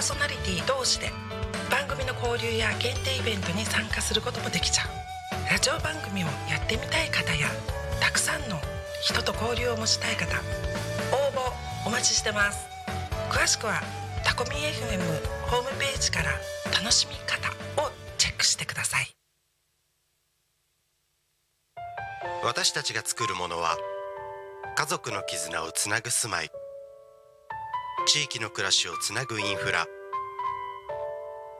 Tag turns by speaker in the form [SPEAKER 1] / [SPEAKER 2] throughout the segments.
[SPEAKER 1] ソナリティ同士で番組の交流や限定イベントに参加することもできちゃうラジオ番組をやってみたい方やたくさんの人と交流を持ちたい方応募お待ちしてます詳しくはタコミン FM ホームページから楽しみ方をチェックしてください
[SPEAKER 2] 私たちが作るものは家族の絆をつなぐ住まい地域の暮らしをつなぐインフラ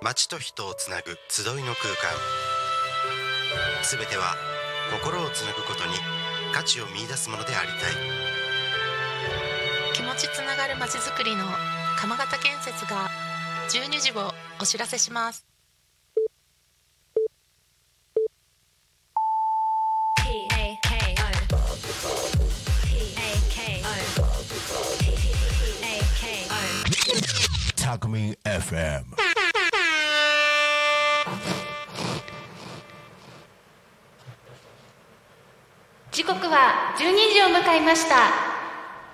[SPEAKER 2] 町と人をつなぐ集いの空間すべては心をつなぐことに価値を見出すものでありた
[SPEAKER 3] 気持ちつながるまちづくりの鎌形建設が12時をお知らせします
[SPEAKER 4] P-A-K-O. P-A-K-O. P-A-K-O.
[SPEAKER 5] タクミン FM
[SPEAKER 6] 時刻は12時を迎えました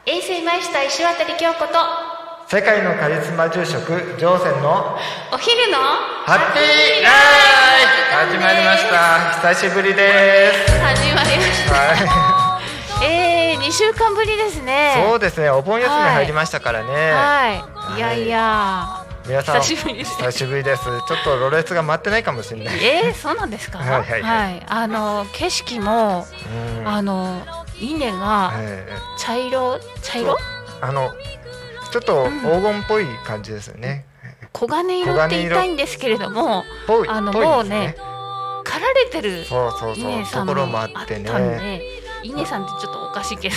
[SPEAKER 6] 衛星マイスター石渡京子と
[SPEAKER 7] 世界のカリスマ住職ジョーセンの
[SPEAKER 6] お昼の
[SPEAKER 7] ハッピーライフ始まりました久しぶりです
[SPEAKER 6] 始まりまし
[SPEAKER 7] は
[SPEAKER 6] たえー、2週間ぶりです
[SPEAKER 7] い。そう
[SPEAKER 6] ね
[SPEAKER 7] ですねお盆休み入りましたからね、
[SPEAKER 6] はいいやいや
[SPEAKER 7] 皆さん
[SPEAKER 6] 久しぶりです
[SPEAKER 7] 久しぶりですちょっとろれつが回ってないかもしれない
[SPEAKER 6] えー、そうなんですか
[SPEAKER 7] はいはいはい
[SPEAKER 6] あの景色も
[SPEAKER 7] うん
[SPEAKER 6] あの稲が
[SPEAKER 7] ええ
[SPEAKER 6] 茶色茶色
[SPEAKER 7] あのちょっと
[SPEAKER 6] ん
[SPEAKER 7] 黄金っぽい感じですよね、
[SPEAKER 6] 黄金色って言いたいんですけれども
[SPEAKER 7] ぽい
[SPEAKER 6] あの
[SPEAKER 7] ぽい
[SPEAKER 6] もう
[SPEAKER 7] です
[SPEAKER 6] ね刈られてる
[SPEAKER 7] そうそうそう
[SPEAKER 6] 稲さ
[SPEAKER 7] と
[SPEAKER 6] ん
[SPEAKER 7] こ
[SPEAKER 6] も
[SPEAKER 7] ろも
[SPEAKER 6] あ
[SPEAKER 7] あ
[SPEAKER 6] っ
[SPEAKER 7] ったて
[SPEAKER 6] ん
[SPEAKER 7] ね
[SPEAKER 6] で稲さんってちょっとおかしいけど、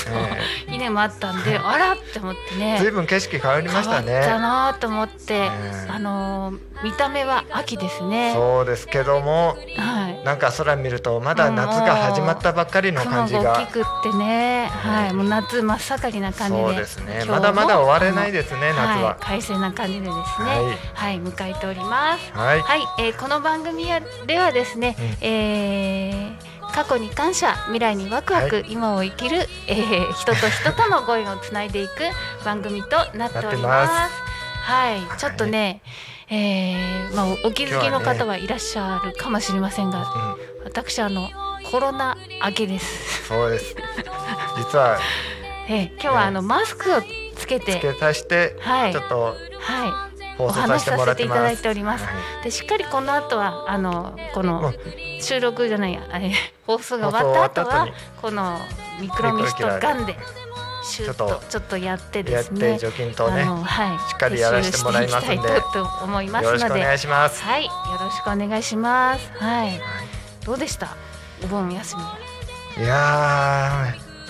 [SPEAKER 6] 稲もあったんであらって思って
[SPEAKER 7] え
[SPEAKER 6] ね
[SPEAKER 7] えずいぶん景色変わり
[SPEAKER 6] 変
[SPEAKER 7] ま
[SPEAKER 6] わ
[SPEAKER 7] した
[SPEAKER 6] っ
[SPEAKER 7] ね
[SPEAKER 6] たなと思って、
[SPEAKER 7] ええ
[SPEAKER 6] あのー見た目は秋ですね。
[SPEAKER 7] そうですけども
[SPEAKER 6] はい。
[SPEAKER 7] なんか空見るとまだ夏が始まったばっかりの感
[SPEAKER 6] 雲
[SPEAKER 7] じ
[SPEAKER 6] が大
[SPEAKER 7] が
[SPEAKER 6] きくってね、はい、もう夏真っ盛りな感じで、
[SPEAKER 7] そうですね
[SPEAKER 6] 今日も
[SPEAKER 7] まだまだ終われないですね夏
[SPEAKER 6] はい
[SPEAKER 7] は
[SPEAKER 6] 快晴な感じでですね、
[SPEAKER 7] はい
[SPEAKER 6] はい、迎えております。
[SPEAKER 7] はい
[SPEAKER 6] はい、えーこの番組やではですね、えー過去に感謝未来にワクワク、
[SPEAKER 7] は
[SPEAKER 6] 今を生きる、えー人と人とのご縁をつないでいく番組となっております
[SPEAKER 7] なってます
[SPEAKER 6] はいちょっとね、えーまあ、おお気づきの方はいらっしゃるかもしれませんが、
[SPEAKER 7] う
[SPEAKER 6] 私あのコロナ明けです、
[SPEAKER 7] そうです実は
[SPEAKER 6] えー今日はあのマスクをつけて
[SPEAKER 7] 付け足して
[SPEAKER 6] はい
[SPEAKER 7] ちょっと
[SPEAKER 6] は
[SPEAKER 7] 放送させてもらってま
[SPEAKER 6] お話しさせていただい
[SPEAKER 7] す
[SPEAKER 6] ております
[SPEAKER 7] はい
[SPEAKER 6] い、でしっかりこの後はあのこ
[SPEAKER 7] う
[SPEAKER 6] の
[SPEAKER 7] ん
[SPEAKER 6] 収録じゃないや あれ放送
[SPEAKER 7] 放
[SPEAKER 6] が
[SPEAKER 7] 送
[SPEAKER 6] 終
[SPEAKER 7] 終
[SPEAKER 6] わ
[SPEAKER 7] わ
[SPEAKER 6] っ
[SPEAKER 7] ったた
[SPEAKER 6] 後
[SPEAKER 7] 後
[SPEAKER 6] は
[SPEAKER 7] に
[SPEAKER 6] このミクロミストガンでシューッ
[SPEAKER 7] ちょ
[SPEAKER 6] と
[SPEAKER 7] っと
[SPEAKER 6] ちょっとやってで
[SPEAKER 7] やっ
[SPEAKER 6] すね
[SPEAKER 7] て除菌とね
[SPEAKER 6] あのはい
[SPEAKER 7] しっかりやらせてもらいますんで
[SPEAKER 6] 練習していきたいと思います
[SPEAKER 7] よ
[SPEAKER 6] の
[SPEAKER 7] ろしくお
[SPEAKER 6] で
[SPEAKER 7] 願いします
[SPEAKER 6] はいよろしくお願いしますはい
[SPEAKER 7] は
[SPEAKER 6] どうでしたお盆休みはい
[SPEAKER 7] いや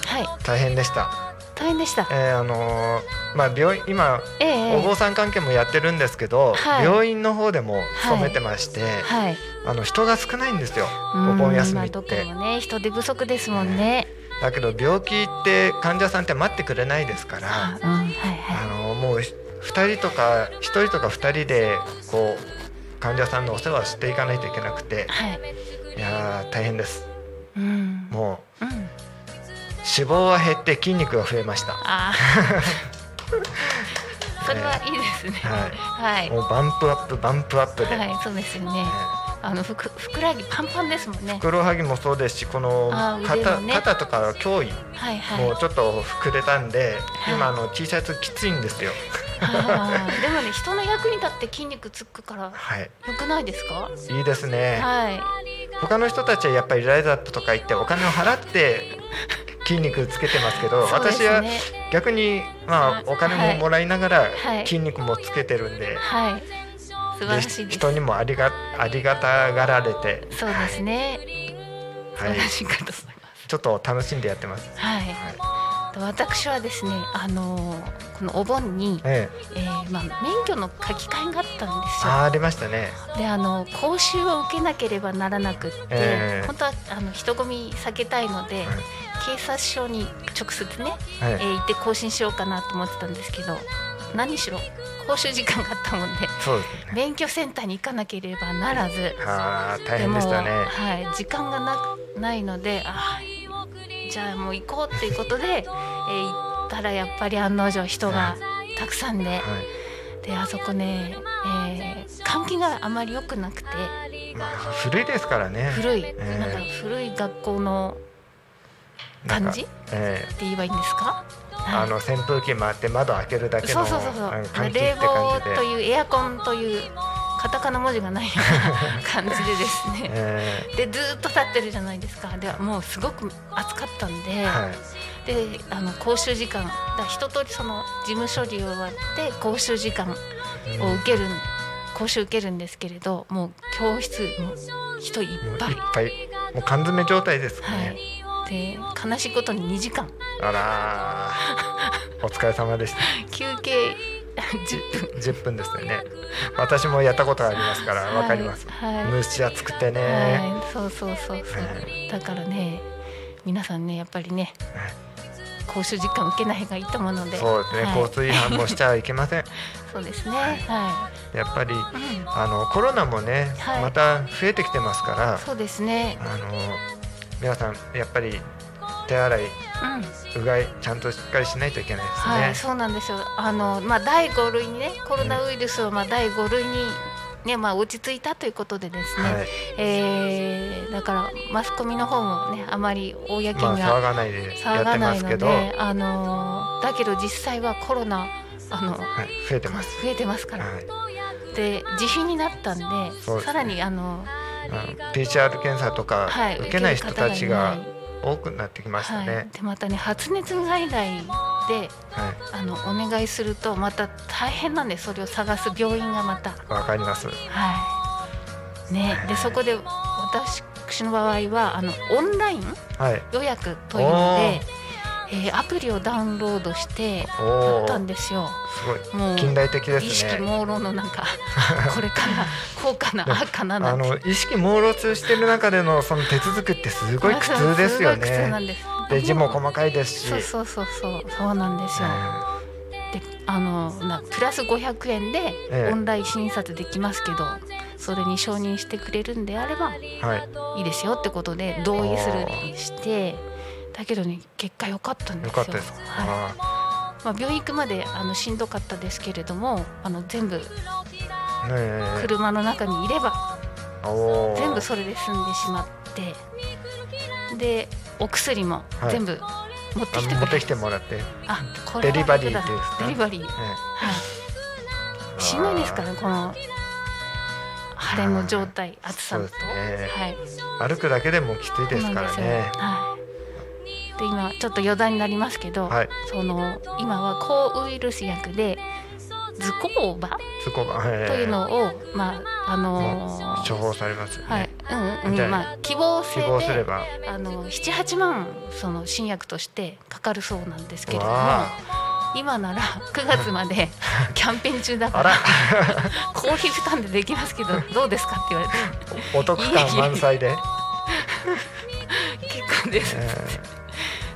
[SPEAKER 6] はい
[SPEAKER 7] ー大変でした
[SPEAKER 6] 大変でした
[SPEAKER 7] えーあのーまあ病院今
[SPEAKER 6] ええ
[SPEAKER 7] お
[SPEAKER 6] え
[SPEAKER 7] 坊さん関係もやってるんですけど
[SPEAKER 6] はい
[SPEAKER 7] 病院の方でも勤めてまして
[SPEAKER 6] えはい
[SPEAKER 7] あの人が少ないんですよ
[SPEAKER 6] うん
[SPEAKER 7] お盆休み
[SPEAKER 6] まあ
[SPEAKER 7] っ
[SPEAKER 6] どこ
[SPEAKER 7] て
[SPEAKER 6] もね人手不足ですもんね
[SPEAKER 7] だけど病気って患者さんって待ってくれないですから
[SPEAKER 6] あうんはいは
[SPEAKER 7] あのもうひ2人とか1人とか2人でこう患者さんのお世話をしていかないといけなくて
[SPEAKER 6] いはい
[SPEAKER 7] いやー大変です
[SPEAKER 6] うん
[SPEAKER 7] も
[SPEAKER 6] うん
[SPEAKER 7] う脂肪は減って筋肉が増えました
[SPEAKER 6] あ あそれはいいですね。
[SPEAKER 7] は
[SPEAKER 6] はいい。
[SPEAKER 7] もうバンプアップバンプアップで、
[SPEAKER 6] はい、そうですよね。あのふくふくらはぎパンパンですもんね
[SPEAKER 7] ふ。くらはぎもそうですしこの
[SPEAKER 6] あー腕
[SPEAKER 7] 肩,、
[SPEAKER 6] もね
[SPEAKER 7] 肩とか胸囲
[SPEAKER 6] はいはい。
[SPEAKER 7] もうちょっと膨れたんで、
[SPEAKER 6] はい
[SPEAKER 7] 今あの T シャツきついんですよ
[SPEAKER 6] あーでもね、人の役に立って筋肉つくから
[SPEAKER 7] はい
[SPEAKER 6] 良くないですか？
[SPEAKER 7] いいですね、
[SPEAKER 6] はい。
[SPEAKER 7] 他の人たちはやっぱりライザップとか行ってお金を払 って筋肉つけてますけど、
[SPEAKER 6] そうです
[SPEAKER 7] 私は
[SPEAKER 6] ね。
[SPEAKER 7] 逆にまあお金ももらいなが
[SPEAKER 6] は
[SPEAKER 7] ら
[SPEAKER 6] い
[SPEAKER 7] 筋肉もつけてるんで,で、
[SPEAKER 6] はい。素晴らしいです。
[SPEAKER 7] 人にもありがありがたがられて
[SPEAKER 6] そうですね。素
[SPEAKER 7] は
[SPEAKER 6] 晴
[SPEAKER 7] い
[SPEAKER 6] らしい方です。
[SPEAKER 7] ちょっと楽しんでやってます。
[SPEAKER 6] はい。
[SPEAKER 7] はい
[SPEAKER 6] と私はですね、あのーこのお盆に、
[SPEAKER 7] ええ、
[SPEAKER 6] えーまあ免許の書き換えがあったんですよ。
[SPEAKER 7] あーありましたね。
[SPEAKER 6] であの講習を受けなければならなくって、
[SPEAKER 7] ええ
[SPEAKER 6] 本当はあの人混み避けたいの
[SPEAKER 7] はい
[SPEAKER 6] で、警察署に直接ね、
[SPEAKER 7] はい
[SPEAKER 6] えー行って更新しようかなと思ってたんですけど何しろ講習時間があったもんで
[SPEAKER 7] そうですね。
[SPEAKER 6] 免許センターに行かなければならず
[SPEAKER 7] ああ大変でしたね
[SPEAKER 6] も。はい、時間がなないのであーじゃあもう行こうっていうことで、えー行ったらやっぱり案の定人がたくさんで。
[SPEAKER 7] はい、
[SPEAKER 6] であそこね、えー換気があまり良くなくて
[SPEAKER 7] まあ、古いですからね
[SPEAKER 6] 古い、
[SPEAKER 7] ー
[SPEAKER 6] なんか古い学校の
[SPEAKER 7] なんか
[SPEAKER 6] 感じって
[SPEAKER 7] ええ
[SPEAKER 6] 言えばいいんですか、
[SPEAKER 7] あの扇風機回って窓開けるだけ
[SPEAKER 6] そ
[SPEAKER 7] の
[SPEAKER 6] うそうそうそう
[SPEAKER 7] あの換気って
[SPEAKER 6] 冷
[SPEAKER 7] 感
[SPEAKER 6] 房
[SPEAKER 7] じで
[SPEAKER 6] というエアコンというカタカナ文字がないような感じでですね
[SPEAKER 7] え
[SPEAKER 6] でずーっと立ってるじゃないですかでもうすごく暑かったんで、
[SPEAKER 7] えはい
[SPEAKER 6] であの講習時間だから一通りその事務処理を終わって講習時間を受ける、講習受けるんですけれどもう教室もう人い
[SPEAKER 7] もうい
[SPEAKER 6] っ
[SPEAKER 7] っ
[SPEAKER 6] ぱい
[SPEAKER 7] ぱいもう缶詰状態ですかね、
[SPEAKER 6] はいで悲しいことに2時間
[SPEAKER 7] あらーお疲れ様でした
[SPEAKER 6] 休憩10分
[SPEAKER 7] 10分ですよね私もやったことありますからわかります、
[SPEAKER 6] はい、はい
[SPEAKER 7] 蒸し暑くてね、
[SPEAKER 6] はい、そうそうそうそう、
[SPEAKER 7] は
[SPEAKER 6] だからね皆さんねやっぱりね講習時間受けない方がいいと思うので
[SPEAKER 7] そうですね、
[SPEAKER 6] はい
[SPEAKER 7] 交通違反もしちゃいけません
[SPEAKER 6] そうですねは
[SPEAKER 7] やっぱり
[SPEAKER 6] い、うん
[SPEAKER 7] あのコロナもね、
[SPEAKER 6] はい
[SPEAKER 7] また増えてきてますから
[SPEAKER 6] そうですね
[SPEAKER 7] あの皆さんやっぱり手洗い
[SPEAKER 6] うん
[SPEAKER 7] うがいちゃんとしっかりしないといけないですね、
[SPEAKER 6] はい、そうなんですよ。あのまあ第五類にね、コロナウイルスをまあ第五類にね、まあ落ち着いたということでですね。
[SPEAKER 7] はい
[SPEAKER 6] えーだからマスコミの方もね、あまり公に
[SPEAKER 7] まあ騒
[SPEAKER 6] は
[SPEAKER 7] がないでや
[SPEAKER 6] 騒
[SPEAKER 7] って
[SPEAKER 6] が
[SPEAKER 7] ま
[SPEAKER 6] ない
[SPEAKER 7] す
[SPEAKER 6] の
[SPEAKER 7] け
[SPEAKER 6] で、
[SPEAKER 7] ど、はい、
[SPEAKER 6] あのーだけど実際はコロナあの
[SPEAKER 7] 増えてます、
[SPEAKER 6] 増えてますから。
[SPEAKER 7] はい
[SPEAKER 6] で自費になったんで、
[SPEAKER 7] そうですね
[SPEAKER 6] さらにあの、
[SPEAKER 7] あの PCR 検査とか
[SPEAKER 6] はい、
[SPEAKER 7] 受けない人たちが
[SPEAKER 6] 受ける方いない
[SPEAKER 7] 多くなってきましたね、
[SPEAKER 6] はい、でまたね発熱外来で
[SPEAKER 7] はい
[SPEAKER 6] あのお願いするとまた大変なんでそれを探す病院がまた
[SPEAKER 7] わかります。
[SPEAKER 6] はい。ね、でそこで私の場合はあのオンライン
[SPEAKER 7] はい。
[SPEAKER 6] 予約というので、えーアプリをダウンロードして
[SPEAKER 7] お
[SPEAKER 6] や
[SPEAKER 7] お
[SPEAKER 6] っ
[SPEAKER 7] ー、
[SPEAKER 6] たんですよ。
[SPEAKER 7] すごい
[SPEAKER 6] もう
[SPEAKER 7] 近代的で
[SPEAKER 6] 意
[SPEAKER 7] す
[SPEAKER 6] 識
[SPEAKER 7] ね。
[SPEAKER 6] 朦朧の中 これからこうかなああかなな
[SPEAKER 7] あ
[SPEAKER 6] んて。
[SPEAKER 7] の意識朦朧してる中でのその手続きってすごい苦痛ですよ
[SPEAKER 6] すごい苦痛な
[SPEAKER 7] ね。
[SPEAKER 6] んです。
[SPEAKER 7] で字も細かいですし、
[SPEAKER 6] そうそうそうそうそうなんですよ。であのなプラス500円で
[SPEAKER 7] ええ
[SPEAKER 6] オンライン診察できますけど、それに承認してくれるんであれば
[SPEAKER 7] えーはい、
[SPEAKER 6] いいですよってことで同意するにしてだけどね結果良かったんです
[SPEAKER 7] よ
[SPEAKER 6] よ
[SPEAKER 7] かったです。
[SPEAKER 6] はい
[SPEAKER 7] あ
[SPEAKER 6] まあ、病院行くまであのしんどかったですけれどもあの全部
[SPEAKER 7] あ、ねえ
[SPEAKER 6] 車の中にいれば
[SPEAKER 7] おお、
[SPEAKER 6] 全部それで済んでしまってでお薬も
[SPEAKER 7] はい
[SPEAKER 6] 全部持ってきて
[SPEAKER 7] あ
[SPEAKER 6] く
[SPEAKER 7] 持って
[SPEAKER 6] れ
[SPEAKER 7] きてもらって、え
[SPEAKER 6] あこれは楽だ
[SPEAKER 7] デリバリーっていうんですか
[SPEAKER 6] デリバリー、はい、しんどいですからねこの晴れの状態暑さと、
[SPEAKER 7] そうですね
[SPEAKER 6] はい
[SPEAKER 7] え歩くだけでもきついですから
[SPEAKER 6] そうなん
[SPEAKER 7] ね
[SPEAKER 6] です。よはい。で今ちょっと余談になりますけど、
[SPEAKER 7] はい、
[SPEAKER 6] その今は抗ウイルス薬でズコーバ
[SPEAKER 7] そこは、
[SPEAKER 6] と
[SPEAKER 7] え
[SPEAKER 6] いう
[SPEAKER 7] え
[SPEAKER 6] のを、まああのー
[SPEAKER 7] 処方されますよね。
[SPEAKER 6] はい、う
[SPEAKER 7] み
[SPEAKER 6] んうん
[SPEAKER 7] た
[SPEAKER 6] う
[SPEAKER 7] い
[SPEAKER 6] ん、
[SPEAKER 7] な
[SPEAKER 6] まあ希望
[SPEAKER 7] 希
[SPEAKER 6] 性
[SPEAKER 7] 望すれ
[SPEAKER 6] で
[SPEAKER 7] ば、
[SPEAKER 6] あの七八万その新薬としてかかるそうなんですけれども、
[SPEAKER 7] わ
[SPEAKER 6] 今なら9月ま でキャンペーン中だ
[SPEAKER 7] あ
[SPEAKER 6] からら、 公費負担でできますけどどうですかって言われて
[SPEAKER 7] お得感満載で、
[SPEAKER 6] 結構です
[SPEAKER 7] え。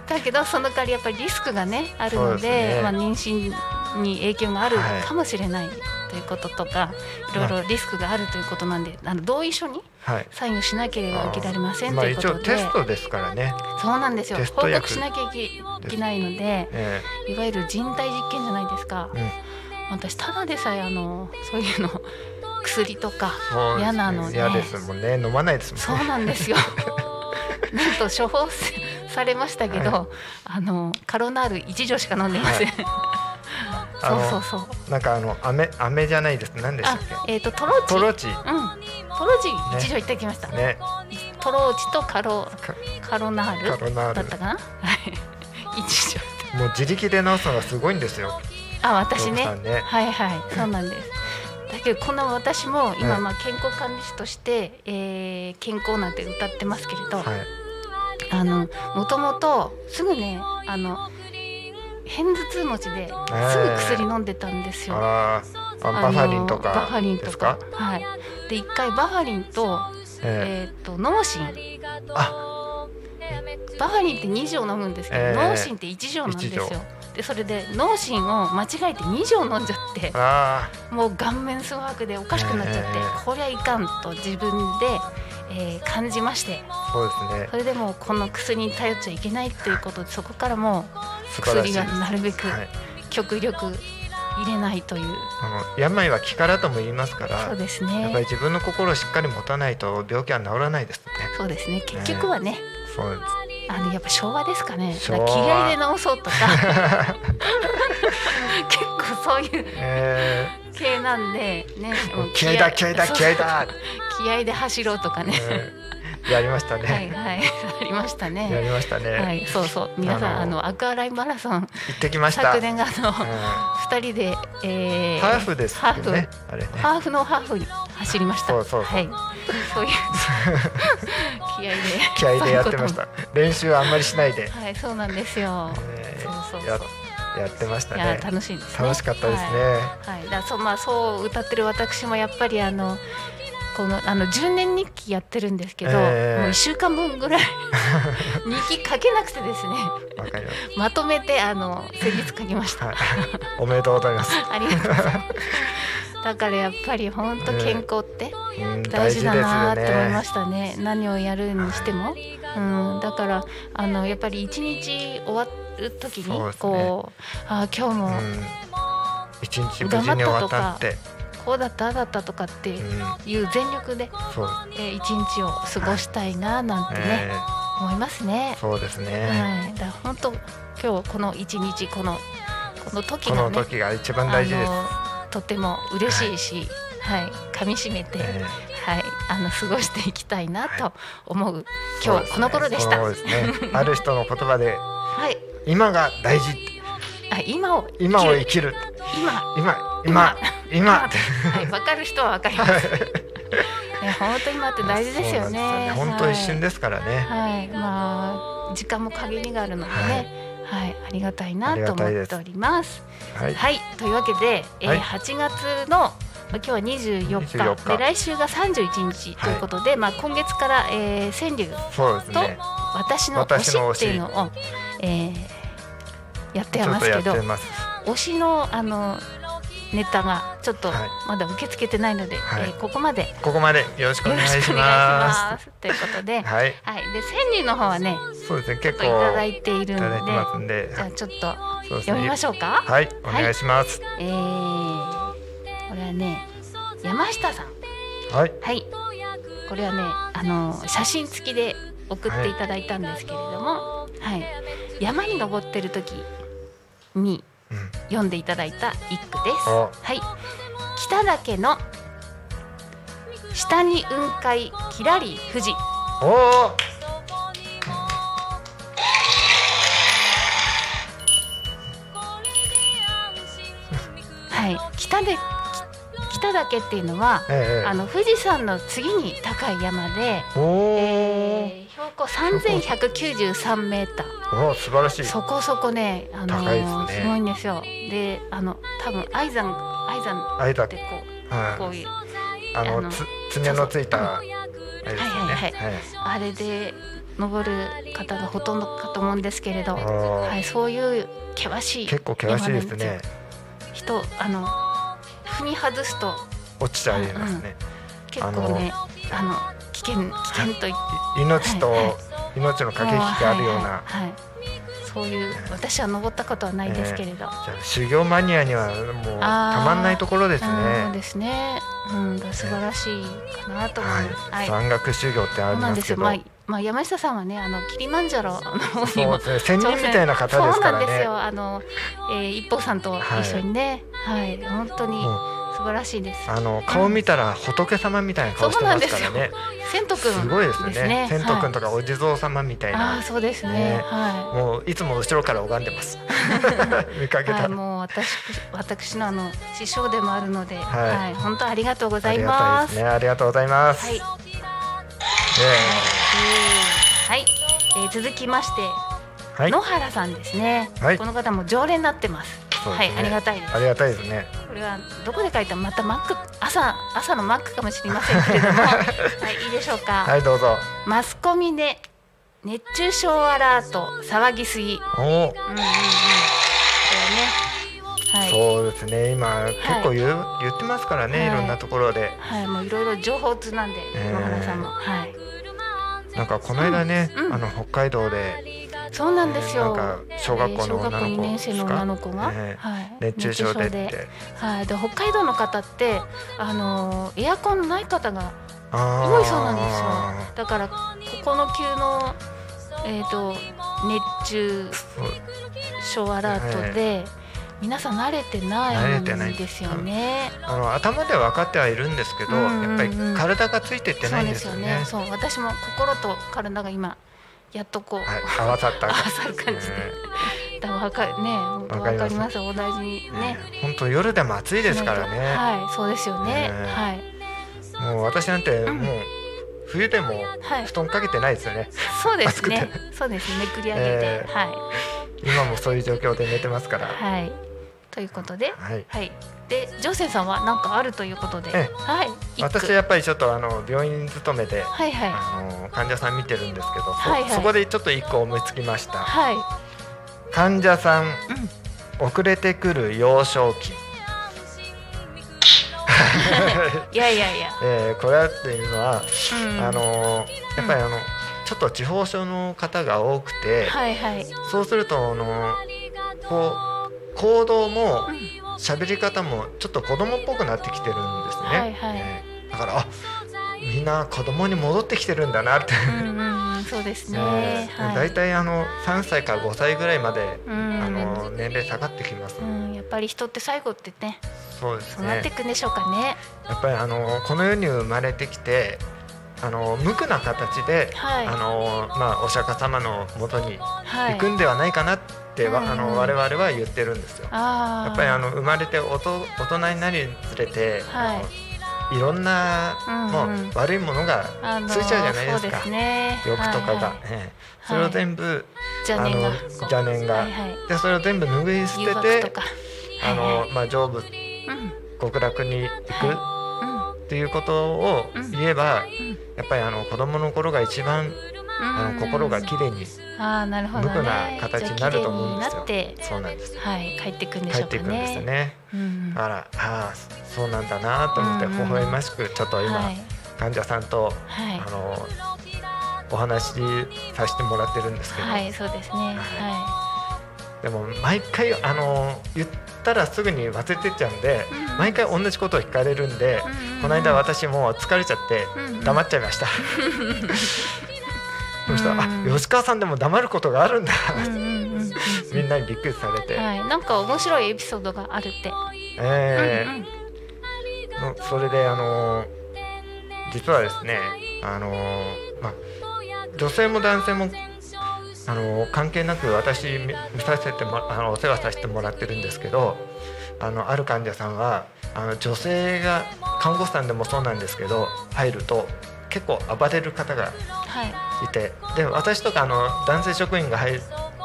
[SPEAKER 6] だけどその代わりやっぱりリスクがねある
[SPEAKER 7] そう
[SPEAKER 6] の
[SPEAKER 7] です
[SPEAKER 6] で
[SPEAKER 7] ね
[SPEAKER 6] まあ、妊娠に影響がある
[SPEAKER 7] はい
[SPEAKER 6] かもしれない、ということとかいろいろリスクがあるということなんで、あ、の同意書に
[SPEAKER 7] えはい。
[SPEAKER 6] サインをしなければ受けられません
[SPEAKER 7] ま
[SPEAKER 6] と
[SPEAKER 7] あ
[SPEAKER 6] いうこ
[SPEAKER 7] 一
[SPEAKER 6] と
[SPEAKER 7] 応
[SPEAKER 6] で、
[SPEAKER 7] テストですからね。
[SPEAKER 6] そうなんですよ
[SPEAKER 7] テスト
[SPEAKER 6] 報
[SPEAKER 7] 薬
[SPEAKER 6] 告しなきゃいけいけないので
[SPEAKER 7] え
[SPEAKER 6] いわゆる人体実験じゃないですか
[SPEAKER 7] え、うん、
[SPEAKER 6] 私ただでさえあのそういうの薬とか
[SPEAKER 7] そうですね
[SPEAKER 6] 嫌なので
[SPEAKER 7] 嫌ですもんね飲まないです
[SPEAKER 6] そ
[SPEAKER 7] も
[SPEAKER 6] うん
[SPEAKER 7] ね
[SPEAKER 6] なん ですよなんと処方せされましたけど、
[SPEAKER 7] は
[SPEAKER 6] あのカロナール1錠しか飲んでいません、
[SPEAKER 7] あの
[SPEAKER 6] そうそうそう
[SPEAKER 7] なんかあの飴飴じゃないです何でした
[SPEAKER 6] あ
[SPEAKER 7] っけ、
[SPEAKER 6] えっ、とトローチ。
[SPEAKER 7] トロ
[SPEAKER 6] うん。
[SPEAKER 7] チ
[SPEAKER 6] トローチ一条行ってきました。
[SPEAKER 7] ね
[SPEAKER 6] トローチとカロ
[SPEAKER 7] か
[SPEAKER 6] カロナー
[SPEAKER 7] カ
[SPEAKER 6] ル
[SPEAKER 7] ロナ
[SPEAKER 6] だ
[SPEAKER 7] ー
[SPEAKER 6] った
[SPEAKER 7] ル
[SPEAKER 6] かな。 はい。一条。
[SPEAKER 7] もう自力で直すのがすごいんですよ
[SPEAKER 6] あ、私ね
[SPEAKER 7] ロ。ブさんね
[SPEAKER 6] はいはい。そうなんです。だけどこの私も今
[SPEAKER 7] うん
[SPEAKER 6] まあ健康管理士として、えー健康なんて歌ってますけれど、
[SPEAKER 7] はい
[SPEAKER 6] あのもともとすぐねあの偏頭痛持ちですぐ薬飲んでたんですよ。
[SPEAKER 7] あーあ
[SPEAKER 6] あの
[SPEAKER 7] バファリンと
[SPEAKER 6] バフ
[SPEAKER 7] か
[SPEAKER 6] ァリン
[SPEAKER 7] で
[SPEAKER 6] と
[SPEAKER 7] すか
[SPEAKER 6] か、はい。で一回バファリンと
[SPEAKER 7] え
[SPEAKER 6] えーっと脳神
[SPEAKER 7] あ
[SPEAKER 6] バファリンって2錠飲むんですけど、
[SPEAKER 7] えー
[SPEAKER 6] 脳神って1錠なんですよ
[SPEAKER 7] 一
[SPEAKER 6] でそれで脳神を間違えて2錠飲んじゃっ
[SPEAKER 7] ー
[SPEAKER 6] て
[SPEAKER 7] あ
[SPEAKER 6] もう顔面蒼白でおかしくなっちゃって、
[SPEAKER 7] えー
[SPEAKER 6] こりゃいかんと自分で、えー感じまして
[SPEAKER 7] ーそうですね
[SPEAKER 6] それでもうこの薬に頼っちゃいけないということでそこからもう
[SPEAKER 7] 素晴らしい
[SPEAKER 6] 薬
[SPEAKER 7] です
[SPEAKER 6] がなるべく
[SPEAKER 7] はい
[SPEAKER 6] 極力入れないという
[SPEAKER 7] あの病は気からとも言いますから
[SPEAKER 6] そうです
[SPEAKER 7] やっぱり
[SPEAKER 6] ね
[SPEAKER 7] 自分の心をしっかり持たないと病気は治らないですね
[SPEAKER 6] そうですね結局はね
[SPEAKER 7] そうです
[SPEAKER 6] あのやっぱ昭和ですかね
[SPEAKER 7] 昭
[SPEAKER 6] だ
[SPEAKER 7] 和
[SPEAKER 6] から気合で治そうと か結構そういう
[SPEAKER 7] え
[SPEAKER 6] 系なんでね
[SPEAKER 7] ー
[SPEAKER 6] もう
[SPEAKER 7] 気合だ気合だ
[SPEAKER 6] そう
[SPEAKER 7] 気合だ、
[SPEAKER 6] 気合で走ろうとかね、
[SPEAKER 7] うんやりましたね、
[SPEAKER 6] はいはいありました
[SPEAKER 7] や
[SPEAKER 6] ね。
[SPEAKER 7] りましたね、
[SPEAKER 6] はい、そうそう皆さん
[SPEAKER 7] あ
[SPEAKER 6] あ
[SPEAKER 7] の
[SPEAKER 6] のアクアラインマラソン
[SPEAKER 7] 行ってきました
[SPEAKER 6] 昨年があ の
[SPEAKER 7] うんハ
[SPEAKER 6] 二人で、えー、
[SPEAKER 7] ーフです
[SPEAKER 6] ハ
[SPEAKER 7] よ
[SPEAKER 6] ーフ
[SPEAKER 7] ねあれね
[SPEAKER 6] ハーフのハーフに走りました。
[SPEAKER 7] そうそうそう
[SPEAKER 6] はい、そういう 気合で
[SPEAKER 7] 気合でやってまし
[SPEAKER 6] そういう
[SPEAKER 7] た練習はあんまりしないで
[SPEAKER 6] こ、ともはい、そうなんですよ。
[SPEAKER 7] え
[SPEAKER 6] そうそう
[SPEAKER 7] ー
[SPEAKER 6] そう。
[SPEAKER 7] ややってました
[SPEAKER 6] いや
[SPEAKER 7] ね
[SPEAKER 6] 楽しいですね。
[SPEAKER 7] 楽しかったですね、
[SPEAKER 6] はい、はい、だそうまあそう歌ってる私もやっぱりあのこのあの10年日記やってるんですけど、
[SPEAKER 7] ええ
[SPEAKER 6] もう1週間分ぐらい 日記書けなくてですね
[SPEAKER 7] わかりまし
[SPEAKER 6] まとめてあの先日書きましたた。
[SPEAKER 7] はい おめでとうござい ます、
[SPEAKER 6] ありがとうございます。だからやっぱり本当健康って
[SPEAKER 7] うん
[SPEAKER 6] 大事だなって思いま
[SPEAKER 7] し
[SPEAKER 6] したね何をやるにしても、うん、だからあのやっぱり一日終わる時
[SPEAKER 7] そう
[SPEAKER 6] に
[SPEAKER 7] ですね
[SPEAKER 6] こう、ああ今日も
[SPEAKER 7] うん、一日無事に終わったって
[SPEAKER 6] こうだったああだったとかって
[SPEAKER 7] う
[SPEAKER 6] い
[SPEAKER 7] ん
[SPEAKER 6] う全力で、
[SPEAKER 7] そう
[SPEAKER 6] えー一日を過ごしたいななんてね、
[SPEAKER 7] え
[SPEAKER 6] 思います
[SPEAKER 7] ー
[SPEAKER 6] ね。
[SPEAKER 7] そうですね、
[SPEAKER 6] はい、だから本当今日この一日このこの時
[SPEAKER 7] こ
[SPEAKER 6] が
[SPEAKER 7] の
[SPEAKER 6] ね
[SPEAKER 7] 時が一番大事です、
[SPEAKER 6] あのとても嬉しいし、はい、噛みしめて、
[SPEAKER 7] えー
[SPEAKER 6] はい、あの過ごしていきたいなと思う、
[SPEAKER 7] そうで
[SPEAKER 6] 今
[SPEAKER 7] す
[SPEAKER 6] 日
[SPEAKER 7] ね
[SPEAKER 6] この頃でした。
[SPEAKER 7] そうですね。ある人の言葉で
[SPEAKER 6] はい、
[SPEAKER 7] 今が大事って、
[SPEAKER 6] あ今を
[SPEAKER 7] 今を
[SPEAKER 6] 生
[SPEAKER 7] 生
[SPEAKER 6] きる
[SPEAKER 7] きる、
[SPEAKER 6] 今
[SPEAKER 7] 今今
[SPEAKER 6] 今
[SPEAKER 7] 今って。
[SPEAKER 6] はい分かる人は分かります。ね本当今って大事ですよ
[SPEAKER 7] そうなん
[SPEAKER 6] ね。
[SPEAKER 7] ですよ本当一瞬
[SPEAKER 6] で。
[SPEAKER 7] ですからね。
[SPEAKER 6] はい、まあ時間も限りがあるのでね、はい、ありがたいなと思
[SPEAKER 7] ありがたいで
[SPEAKER 6] っ
[SPEAKER 7] す
[SPEAKER 6] ております。
[SPEAKER 7] はい。
[SPEAKER 6] はい、というわけで、えー
[SPEAKER 7] はい
[SPEAKER 6] 8月のまあ今日は24日
[SPEAKER 7] 24日
[SPEAKER 6] で来週が31日ということで、まあ今月から、えー、川柳
[SPEAKER 7] そうですね。
[SPEAKER 6] 私の推しっていうのを、えーやって
[SPEAKER 7] ち
[SPEAKER 6] は
[SPEAKER 7] ょ
[SPEAKER 6] ま
[SPEAKER 7] っと
[SPEAKER 6] す
[SPEAKER 7] や
[SPEAKER 6] け
[SPEAKER 7] って
[SPEAKER 6] ど
[SPEAKER 7] ます。
[SPEAKER 6] 推しのあのネタがちょっと
[SPEAKER 7] はい
[SPEAKER 6] まだ受け付けてないので、
[SPEAKER 7] はい
[SPEAKER 6] えーここまでよ
[SPEAKER 7] ここまでよろしくお
[SPEAKER 6] ろ
[SPEAKER 7] 願い
[SPEAKER 6] し
[SPEAKER 7] し
[SPEAKER 6] くお願いし
[SPEAKER 7] ま。、
[SPEAKER 6] ます。ということです
[SPEAKER 7] はい。
[SPEAKER 6] はい、で川柳の方はね
[SPEAKER 7] そうですね。
[SPEAKER 6] ちょ
[SPEAKER 7] 結
[SPEAKER 6] っと
[SPEAKER 7] 構
[SPEAKER 6] いただ
[SPEAKER 7] い
[SPEAKER 6] いている
[SPEAKER 7] た
[SPEAKER 6] の
[SPEAKER 7] だいて
[SPEAKER 6] で、
[SPEAKER 7] ますんで、
[SPEAKER 6] じゃあちょ
[SPEAKER 7] そう
[SPEAKER 6] っと
[SPEAKER 7] です
[SPEAKER 6] 読みま
[SPEAKER 7] ね。
[SPEAKER 6] しょうか。
[SPEAKER 7] はい、お願いします。
[SPEAKER 6] えー、これはね山下さん
[SPEAKER 7] はい。
[SPEAKER 6] はいこれはねあの写真付きで送っていただいたんですけれども、はい山に登ってる時に
[SPEAKER 7] うん
[SPEAKER 6] 読んでいただいた一句です。
[SPEAKER 7] お
[SPEAKER 6] はい北岳の下に雲海きらり富士
[SPEAKER 7] おお。
[SPEAKER 6] はい北でき北岳っていうのは
[SPEAKER 7] え
[SPEAKER 6] あの富士山の次に高い山で、
[SPEAKER 7] え。おお。
[SPEAKER 6] えー標高3193メーター
[SPEAKER 7] おお、素晴らしい。
[SPEAKER 6] そこそこね、あのー
[SPEAKER 7] 高いです
[SPEAKER 6] す
[SPEAKER 7] ね
[SPEAKER 6] ごいんですよ。で、あの多分愛山愛山
[SPEAKER 7] あれだ
[SPEAKER 6] っ。てこう
[SPEAKER 7] はい
[SPEAKER 6] こういう
[SPEAKER 7] あ
[SPEAKER 6] あ
[SPEAKER 7] の
[SPEAKER 6] の
[SPEAKER 7] つ爪のついたあれですよね。
[SPEAKER 6] はいはい
[SPEAKER 7] はい。
[SPEAKER 6] あれで登る方がほとんどかと思うんですけれど、
[SPEAKER 7] あ
[SPEAKER 6] は
[SPEAKER 7] ー
[SPEAKER 6] いそういう険しい
[SPEAKER 7] 結構険しいですね。
[SPEAKER 6] 人あの踏み外すと
[SPEAKER 7] 落ちちゃいますね。
[SPEAKER 6] 結構ね、あの危険危険とい
[SPEAKER 7] い命と
[SPEAKER 6] はいは
[SPEAKER 7] 命の駆け引きがあるような。
[SPEAKER 6] はいはいはいそういう私は登ったことはないですけれど、
[SPEAKER 7] じゃあ修行マニアにはもうたまんないところです
[SPEAKER 6] う
[SPEAKER 7] ね。
[SPEAKER 6] んですね、うん、素晴らしいかなと思います。
[SPEAKER 7] はい。山岳修行ってあ
[SPEAKER 6] そ
[SPEAKER 7] り
[SPEAKER 6] うなん
[SPEAKER 7] ま
[SPEAKER 6] ですす
[SPEAKER 7] け
[SPEAKER 6] よ。
[SPEAKER 7] ど。
[SPEAKER 6] まあ、まあ、山下さんはね、あのキリマンジャロの方に
[SPEAKER 7] そう
[SPEAKER 6] も。
[SPEAKER 7] ですね。仙人みたいな方ですから
[SPEAKER 6] そうなんですよ。
[SPEAKER 7] ね。
[SPEAKER 6] あの、えー、一歩さんと一緒にね、はい、本当に
[SPEAKER 7] も
[SPEAKER 6] 素晴らしいです。
[SPEAKER 7] あの顔見たら仏様みたいな顔してますからね。
[SPEAKER 6] 千とくん、
[SPEAKER 7] すごいですよね。千とくん
[SPEAKER 6] と
[SPEAKER 7] とかお地蔵様みたい
[SPEAKER 6] ああ
[SPEAKER 7] な
[SPEAKER 6] ー、。そうですね。
[SPEAKER 7] ね
[SPEAKER 6] は
[SPEAKER 7] もういつも後ろから拝んで ます。見か
[SPEAKER 6] い。
[SPEAKER 7] け
[SPEAKER 6] は
[SPEAKER 7] た
[SPEAKER 6] い、
[SPEAKER 7] ら。
[SPEAKER 6] もう私私のあの師匠でもあるので、
[SPEAKER 7] は
[SPEAKER 6] はいい、本当ありがとうござ
[SPEAKER 7] あ
[SPEAKER 6] い
[SPEAKER 7] りがたい
[SPEAKER 6] ま。
[SPEAKER 7] ですすね。ありがとうございます。
[SPEAKER 6] はい、
[SPEAKER 7] え
[SPEAKER 6] はい、えー続きまして、
[SPEAKER 7] えはい。
[SPEAKER 6] 野原さんですね、
[SPEAKER 7] はい
[SPEAKER 6] この方も常連になってます。
[SPEAKER 7] そうです
[SPEAKER 6] は
[SPEAKER 7] ね
[SPEAKER 6] い、ありがたいです
[SPEAKER 7] あ。りがたいですね。
[SPEAKER 6] これはどこで書いたまたマック朝朝のマックかもしれませんけれども、はい、いいでしょうか、
[SPEAKER 7] はい、どうぞ。
[SPEAKER 6] マスコミで熱中症アラート騒ぎすぎうんうんうん
[SPEAKER 7] おお、
[SPEAKER 6] うんこれねはい
[SPEAKER 7] そうですね。今、結構言う、言ってますからね、
[SPEAKER 6] はい
[SPEAKER 7] い、ろんなところで。
[SPEAKER 6] はいもういろいろ情報通なんで
[SPEAKER 7] えー
[SPEAKER 6] 野原さんも、はい
[SPEAKER 7] なんかこの間ね、
[SPEAKER 6] うんうん
[SPEAKER 7] あの北海道で
[SPEAKER 6] そうなんですよ。
[SPEAKER 7] なんか小学校の
[SPEAKER 6] えー小学
[SPEAKER 7] 女の
[SPEAKER 6] 校2
[SPEAKER 7] 子で
[SPEAKER 6] 年生
[SPEAKER 7] す
[SPEAKER 6] の
[SPEAKER 7] か
[SPEAKER 6] 女の子が、
[SPEAKER 7] ね
[SPEAKER 6] はい、
[SPEAKER 7] 熱中症でって
[SPEAKER 6] はい、で北海道の方ってあのーエアコンない方が
[SPEAKER 7] あー
[SPEAKER 6] 多いそうなんですよ。だからここの急のえっ、と熱中症アラートで、皆さん慣れてないんですよね。
[SPEAKER 7] あの頭では分かってはいるんですけど、
[SPEAKER 6] うんうんうん
[SPEAKER 7] やっぱり体がついていって
[SPEAKER 6] そ
[SPEAKER 7] な
[SPEAKER 6] う
[SPEAKER 7] いん
[SPEAKER 6] で
[SPEAKER 7] ですす
[SPEAKER 6] よ
[SPEAKER 7] よ
[SPEAKER 6] ね
[SPEAKER 7] ね。。
[SPEAKER 6] そう私も心と体が今やっとこう。
[SPEAKER 7] はい、合わさった
[SPEAKER 6] 合わさる感じでだわかね本当わかりますお大事にね
[SPEAKER 7] ね。本当夜でも暑いですからね。
[SPEAKER 6] はいそうですよね
[SPEAKER 7] ね
[SPEAKER 6] はい
[SPEAKER 7] もう私なんて
[SPEAKER 6] ん
[SPEAKER 7] もう冬でも
[SPEAKER 6] はい
[SPEAKER 7] 布団かけてないですよね。
[SPEAKER 6] そうです
[SPEAKER 7] 暑
[SPEAKER 6] ね
[SPEAKER 7] く
[SPEAKER 6] そうですねめくり上げて
[SPEAKER 7] ええ
[SPEAKER 6] は
[SPEAKER 7] 今もそういう状況で寝てますか
[SPEAKER 6] い
[SPEAKER 7] ら。
[SPEAKER 6] はいということで
[SPEAKER 7] はい。
[SPEAKER 6] はいでジョーセンさんは何かあるということで
[SPEAKER 7] ええ
[SPEAKER 6] はい一句
[SPEAKER 7] 私やっぱりちょっとあの病院勤めで、
[SPEAKER 6] はいはい
[SPEAKER 7] あの患者さん見てるんですけど、そ
[SPEAKER 6] はいはい
[SPEAKER 7] そこでちょっと一個思いつきました。
[SPEAKER 6] はい
[SPEAKER 7] 患者さん、遅れてくる幼少期。
[SPEAKER 6] いやいやいや
[SPEAKER 7] えーこれっていうのは、
[SPEAKER 6] うん
[SPEAKER 7] あのやっぱりあの、ちょっと地方症の方が多くて、
[SPEAKER 6] はいはい
[SPEAKER 7] そうするとあのこう行動も喋り方もちょっと子供っぽくなってきてるんですね。
[SPEAKER 6] はいはい
[SPEAKER 7] えーだからあみんな子供に戻ってきてるんだなって。
[SPEAKER 6] うんうんうんそうですね
[SPEAKER 7] えー
[SPEAKER 6] は
[SPEAKER 7] だ
[SPEAKER 6] い
[SPEAKER 7] いたいあの3歳から5歳ぐらいまで、
[SPEAKER 6] う
[SPEAKER 7] あ
[SPEAKER 6] ん
[SPEAKER 7] の年齢下がってきます、
[SPEAKER 6] うんやっぱり人って最後ってね
[SPEAKER 7] そうです
[SPEAKER 6] そうなっ
[SPEAKER 7] ね
[SPEAKER 6] ていくんでしょうかね
[SPEAKER 7] やっぱりあのこの世に生まれてきてあの無垢な形で、
[SPEAKER 6] はい
[SPEAKER 7] あのまあ、お釈迦様のもとに
[SPEAKER 6] は
[SPEAKER 7] 行
[SPEAKER 6] い
[SPEAKER 7] くんではないかなっては、
[SPEAKER 6] うん
[SPEAKER 7] あの我々は言ってるんですよ。
[SPEAKER 6] ああ
[SPEAKER 7] やっぱりあの生まれておと大人になりにつれて、
[SPEAKER 6] はい
[SPEAKER 7] あのいろんな、
[SPEAKER 6] うんうん
[SPEAKER 7] もう悪いものが
[SPEAKER 6] あの
[SPEAKER 7] ついちゃうじゃないです
[SPEAKER 6] そう
[SPEAKER 7] か、
[SPEAKER 6] ですね
[SPEAKER 7] 欲とかが、
[SPEAKER 6] はいはい
[SPEAKER 7] ええそれを全部、
[SPEAKER 6] 邪念が
[SPEAKER 7] あの邪念が
[SPEAKER 6] はいはい、
[SPEAKER 7] でそれを全部拭い捨
[SPEAKER 6] 誘
[SPEAKER 7] て
[SPEAKER 6] 惑
[SPEAKER 7] て
[SPEAKER 6] とか
[SPEAKER 7] あの、
[SPEAKER 6] はいは
[SPEAKER 7] まあ、成仏
[SPEAKER 6] うん
[SPEAKER 7] 極楽に行
[SPEAKER 6] うん
[SPEAKER 7] くっていうことを
[SPEAKER 6] うん
[SPEAKER 7] 言えば、
[SPEAKER 6] ん
[SPEAKER 7] やっぱりあの子供の頃が一番あの心がきれいに
[SPEAKER 6] ああなるほど、
[SPEAKER 7] 無
[SPEAKER 6] ね、
[SPEAKER 7] 垢な形になると思うんですよ
[SPEAKER 6] じゃあ綺麗になって。
[SPEAKER 7] そうなんです
[SPEAKER 6] はい帰っていくんで
[SPEAKER 7] 帰
[SPEAKER 6] しょ
[SPEAKER 7] っ
[SPEAKER 6] う
[SPEAKER 7] て
[SPEAKER 6] か
[SPEAKER 7] いくんですよ
[SPEAKER 6] ね。
[SPEAKER 7] ね。
[SPEAKER 6] うん
[SPEAKER 7] あらああそうなんだなと思って
[SPEAKER 6] うん
[SPEAKER 7] 微
[SPEAKER 6] うん
[SPEAKER 7] 笑ましくちょっと今、
[SPEAKER 6] はい
[SPEAKER 7] 患者さんと、
[SPEAKER 6] はい
[SPEAKER 7] あのお話しさせてもらってるんですけど、
[SPEAKER 6] はいそうですねは
[SPEAKER 7] でも毎回あの言ったらすぐに忘れてっちゃうんで、
[SPEAKER 6] うんうん
[SPEAKER 7] 毎回同じことを聞かれるんで、
[SPEAKER 6] うんうん
[SPEAKER 7] この間私もう疲れちゃって
[SPEAKER 6] うんうん
[SPEAKER 7] 黙っちゃいま した。そしたら「あ
[SPEAKER 6] うん
[SPEAKER 7] 吉川さんでも黙ることがあるんだ」
[SPEAKER 6] い。うんうんうんうん
[SPEAKER 7] みんなにびっくりされて、
[SPEAKER 6] はいなんか面白いエピソードがあるって。
[SPEAKER 7] えー
[SPEAKER 6] うんうん
[SPEAKER 7] のそれであのー実はですねあのーまあ女性も男性もあのー関係なく私み見させてもあのお世話させてもらってるんですけどあのある患者さんはあの女性が看護師さんでもそうなんですけど入ると結構暴れる方が
[SPEAKER 6] はい
[SPEAKER 7] いてで私とかあの男性職員が入る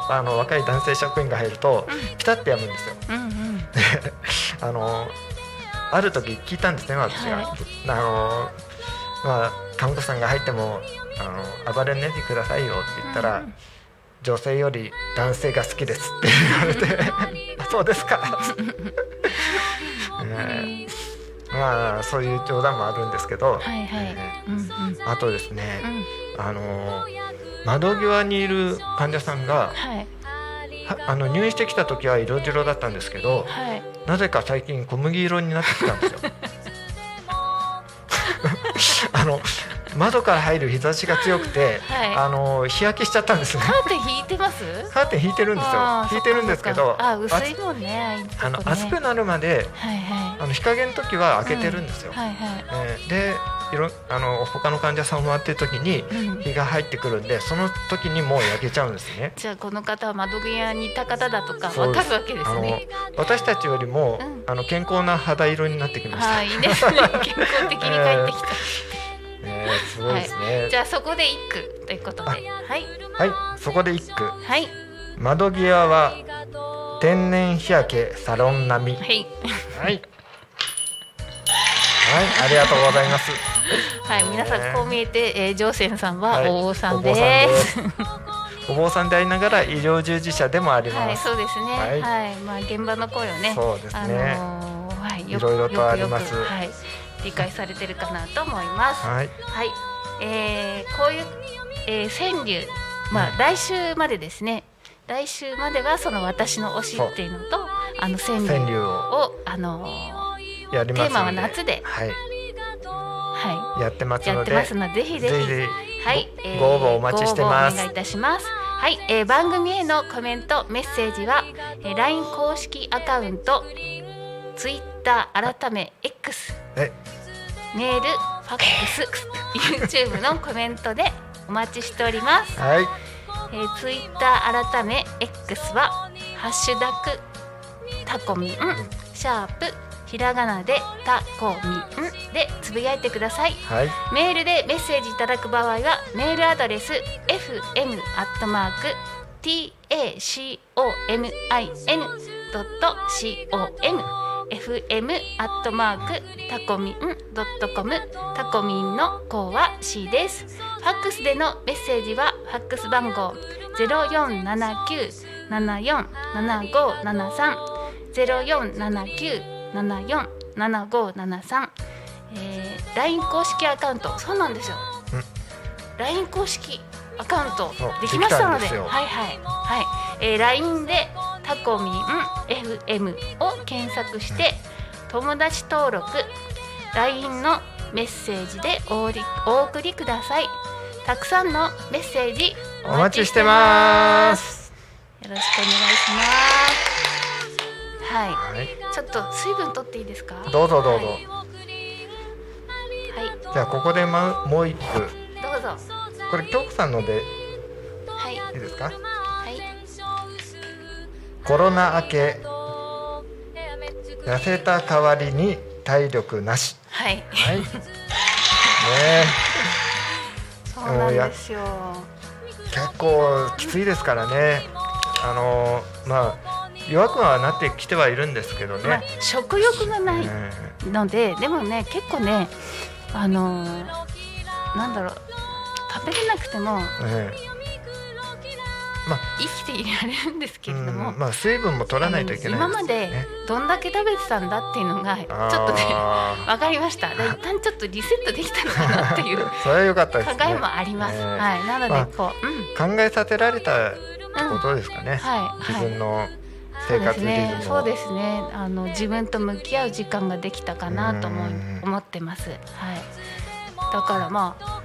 [SPEAKER 7] あの若い男性職員が入るとピタッてやむんですよ。
[SPEAKER 6] うんうん
[SPEAKER 7] あのある時聞いたんですね私が、
[SPEAKER 6] は
[SPEAKER 7] あのまあ看護師さんが入ってもあの暴れないでくださいよって言ったら、
[SPEAKER 6] うん
[SPEAKER 7] 女性より男性が好きですって言われて あそうですか、えーまあそういう冗談もあるんですけど、
[SPEAKER 6] はいはい
[SPEAKER 7] え
[SPEAKER 6] うんうん
[SPEAKER 7] ーあとですね、
[SPEAKER 6] うん
[SPEAKER 7] あの窓際にいる患者さんが
[SPEAKER 6] はい
[SPEAKER 7] はあの入院してきた時は色白だったんですけど、
[SPEAKER 6] はい
[SPEAKER 7] なぜか最近小麦色になってきたんです よ。あの窓から入る日差しが強くて、
[SPEAKER 6] はい
[SPEAKER 7] あの日焼けしちゃったんですね。
[SPEAKER 6] カーテン引いてます？
[SPEAKER 7] カーテン引いてるんです
[SPEAKER 6] あ
[SPEAKER 7] よ
[SPEAKER 6] あ。
[SPEAKER 7] 引いてるんですけ
[SPEAKER 6] そ
[SPEAKER 7] ど、
[SPEAKER 6] っかそっかあ
[SPEAKER 7] 暑
[SPEAKER 6] 薄いもんねああいうとこ
[SPEAKER 7] あの
[SPEAKER 6] ね
[SPEAKER 7] 暑くなるまで
[SPEAKER 6] はいはい
[SPEAKER 7] あの日陰の時は開けてるんですよ。
[SPEAKER 6] はいはい
[SPEAKER 7] えーで、いろあの他の患者さんを回ってる時に
[SPEAKER 6] うん
[SPEAKER 7] 日が入ってくるんで、その時にもう焼けちゃうんですね。
[SPEAKER 6] じゃあこの方は窓際にいた方だとか
[SPEAKER 7] そう
[SPEAKER 6] わ
[SPEAKER 7] で
[SPEAKER 6] か
[SPEAKER 7] す
[SPEAKER 6] るわけです
[SPEAKER 7] あの
[SPEAKER 6] ね。
[SPEAKER 7] 私たちよりも、
[SPEAKER 6] うん
[SPEAKER 7] あの健康な肌色になってきました。
[SPEAKER 6] はい、いい ですね。健康的に帰ってき
[SPEAKER 7] えーすごいですね。
[SPEAKER 6] た。じゃあそこで一句ということで、はい
[SPEAKER 7] はい、そこで一句。
[SPEAKER 6] はい
[SPEAKER 7] 窓際は天然日焼けサロン並み。はい、
[SPEAKER 6] はい
[SPEAKER 7] はい、ありがとうございます。
[SPEAKER 6] はい皆さんこう見えて、えー、ジョーセンさんは
[SPEAKER 7] はい
[SPEAKER 6] 大王さん
[SPEAKER 7] お
[SPEAKER 6] で。
[SPEAKER 7] 坊さんですす。お坊さんでありながら医療従事者でもあり
[SPEAKER 6] は
[SPEAKER 7] ま
[SPEAKER 6] い、
[SPEAKER 7] す。
[SPEAKER 6] そうですね。は、
[SPEAKER 7] はいい
[SPEAKER 6] まあ現場の声をね、
[SPEAKER 7] そうですね
[SPEAKER 6] あのーはい、よ
[SPEAKER 7] い
[SPEAKER 6] く
[SPEAKER 7] ろいろとあります
[SPEAKER 6] よくよくはい、理解されてるかなと思います。
[SPEAKER 7] はい、
[SPEAKER 6] はい、えー、こういう、えー、川柳まあ来週までですね来週まではその私の推しっていうのとあの川
[SPEAKER 7] 川
[SPEAKER 6] 柳
[SPEAKER 7] 柳を
[SPEAKER 6] をあの
[SPEAKER 7] やりますので
[SPEAKER 6] テーマは夏で
[SPEAKER 7] はい、
[SPEAKER 6] は
[SPEAKER 7] やってます
[SPEAKER 6] いや
[SPEAKER 7] の
[SPEAKER 6] っ
[SPEAKER 7] で
[SPEAKER 6] てますのでぜひぜ
[SPEAKER 7] ぜ
[SPEAKER 6] ひ
[SPEAKER 7] ひぜ
[SPEAKER 6] はい、えー
[SPEAKER 7] ご応募お待ちしてます
[SPEAKER 6] ご応募お願いいたします。はい、えー番組へのコメント、メッセージは、えー LINE 公式アカウント、Twitter 改め X、
[SPEAKER 7] え
[SPEAKER 6] メール、ファックス、YouTube のコメントでお待ちしております
[SPEAKER 7] ひ。はい
[SPEAKER 6] えー、Twitter 改め X は「ハッシュタグタコミン」シャープひらがなでタコミンでつぶやいてください。
[SPEAKER 7] はい
[SPEAKER 6] メールでメッセージいただく場合はメールアドレス fm アットマーク tacomin.com fm アットマークタコミン .com タコミンの項は C ですファックスでのメッセージはファックス番号0479747573 0479747573えー、LINE 公式アカウントそうなんですよ、
[SPEAKER 7] うん
[SPEAKER 6] LINE 公式アカウント
[SPEAKER 7] そう
[SPEAKER 6] できましたので
[SPEAKER 7] できたんですよ
[SPEAKER 6] はいはいはい、えー、LINE でタコミン FM を検索して友達登録 LINE のメッセージでおりお送りくださいたくさんのメッセージ
[SPEAKER 7] お待ちしてます
[SPEAKER 6] よろしくお願いしますは
[SPEAKER 7] はい
[SPEAKER 6] いちょっと水分取っていいですか
[SPEAKER 7] どうぞどうぞ、
[SPEAKER 6] はいはい、
[SPEAKER 7] じゃあここで、ま、もう一句
[SPEAKER 6] どうぞ
[SPEAKER 7] これ京子さんので
[SPEAKER 6] はい
[SPEAKER 7] いいですか
[SPEAKER 6] はい
[SPEAKER 7] コロナ明け痩せた代わりに体力なし
[SPEAKER 6] はい、
[SPEAKER 7] はいねえ
[SPEAKER 6] そうなんですよ。
[SPEAKER 7] 結構きついですからねあのまあ弱くはなってきてはいるんですけど
[SPEAKER 6] まあ
[SPEAKER 7] ね、
[SPEAKER 6] 食欲がな
[SPEAKER 7] うん
[SPEAKER 6] いので、でもね結構ねあのーなんだろう食べれなくても
[SPEAKER 7] ええ
[SPEAKER 6] 生きていられるんですけれども、
[SPEAKER 7] うんまあ水分も取らないといけない
[SPEAKER 6] あの今までどんだけ食べてたんだっていうのがちょっとね
[SPEAKER 7] あ
[SPEAKER 6] わかりました。だから一旦ちょっとリセットできたのかなっていう
[SPEAKER 7] ー
[SPEAKER 6] 考
[SPEAKER 7] それは良かったですね
[SPEAKER 6] えもあります。
[SPEAKER 7] ええ
[SPEAKER 6] はい、な
[SPEAKER 7] まあ
[SPEAKER 6] のでこう、うん、
[SPEAKER 7] 考えさせられた
[SPEAKER 6] う
[SPEAKER 7] こ
[SPEAKER 6] ん、
[SPEAKER 7] とですかね、
[SPEAKER 6] はい、
[SPEAKER 7] 自
[SPEAKER 6] はい。
[SPEAKER 7] 分の
[SPEAKER 6] そ
[SPEAKER 7] 生
[SPEAKER 6] うで
[SPEAKER 7] 活
[SPEAKER 6] す
[SPEAKER 7] リズムを
[SPEAKER 6] ね。そうですね。あの自分と向き合う時間ができたかなと思
[SPEAKER 7] う
[SPEAKER 6] い
[SPEAKER 7] ん
[SPEAKER 6] 思ってます。はい。だからまあ